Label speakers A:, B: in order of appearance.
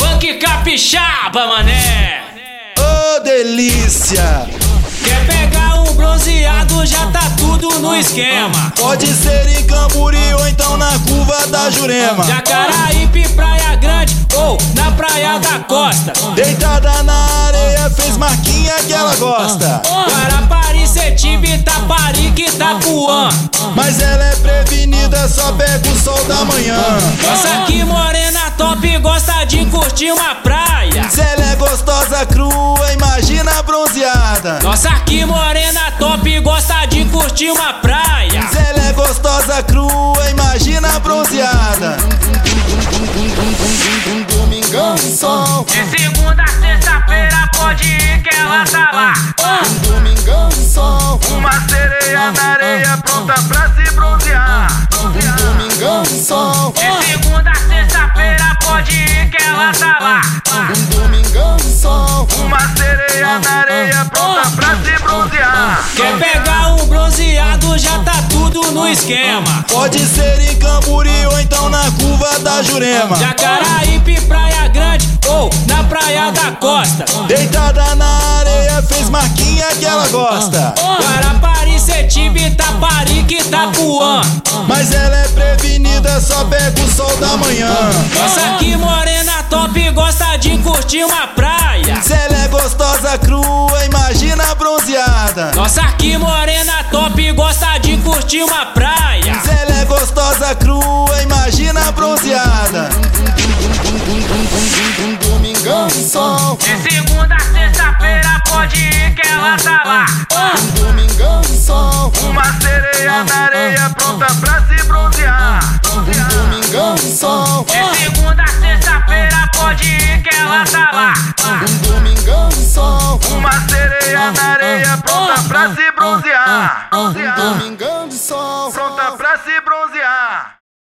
A: funk capixaba, mané.
B: Ô, delícia!
A: Quer pegar um bronzeado, já tá tudo no esquema.
B: Pode ser em Camburi ou então na curva da Jurema.
A: Jacaraípe, Praia Grande ou na Praia da Costa.
B: Deitada na areia, fez marquinha que ela gosta.
A: Guarapari, Setiba, Itaparica, Itapuã.
B: Mas ela é prevenida, só pega o sol da manhã.
A: Essa aqui morena top gosta de curtir uma praia.
B: Se ela é gostosa crua, imagina bronzeada.
A: Nossa aqui morena top gosta de curtir uma praia.
B: Se ela é gostosa crua, imagina bronzeada. Domingão sol,
A: De segunda a sexta-feira pode ir que ela tá lá.
B: domingão sol,
C: Uma sereia na areia pronta pra se bronzear.
B: domingão sol,
A: De É segunda a sexta-feira pode ir que ela tá lá.
B: domingão sol.
C: Uma sereia na areia pronta pra se bronzear.
A: Quer pegar um bronzeado já tá tudo no esquema.
B: Pode ser em Camburi ou então na curva da Jurema.
A: Jacaraípe, Praia Grande ou na Praia da Costa.
B: Deitada na areia, fez marquinha que ela gosta.
A: Guarapari, Setiba, Itaparica, Itapuã.
B: Mas ela é prevenida, só pega o sol da manhã.
A: Essa aqui morena top gosta de curtir uma praia.
B: Se ela é gostosa crua, imagina bronzeada.
A: Nossa aqui morena top gosta de curtir uma praia.
B: Se ela é gostosa crua, imagina bronzeada. Domingão sol,
A: De É segunda a sexta-feira pode ir que ela tá lá.
B: domingão sol,
C: Uma sereia na areia pronta pra se bronzear.
B: domingão sol,
A: De É segunda a sexta-feira pode ir que ela tá lá.
B: domingão sol,
C: Uma sereia na areia pronta pra se bronzear.
B: ah, domingão sol.
C: Pronta pra se bronzear.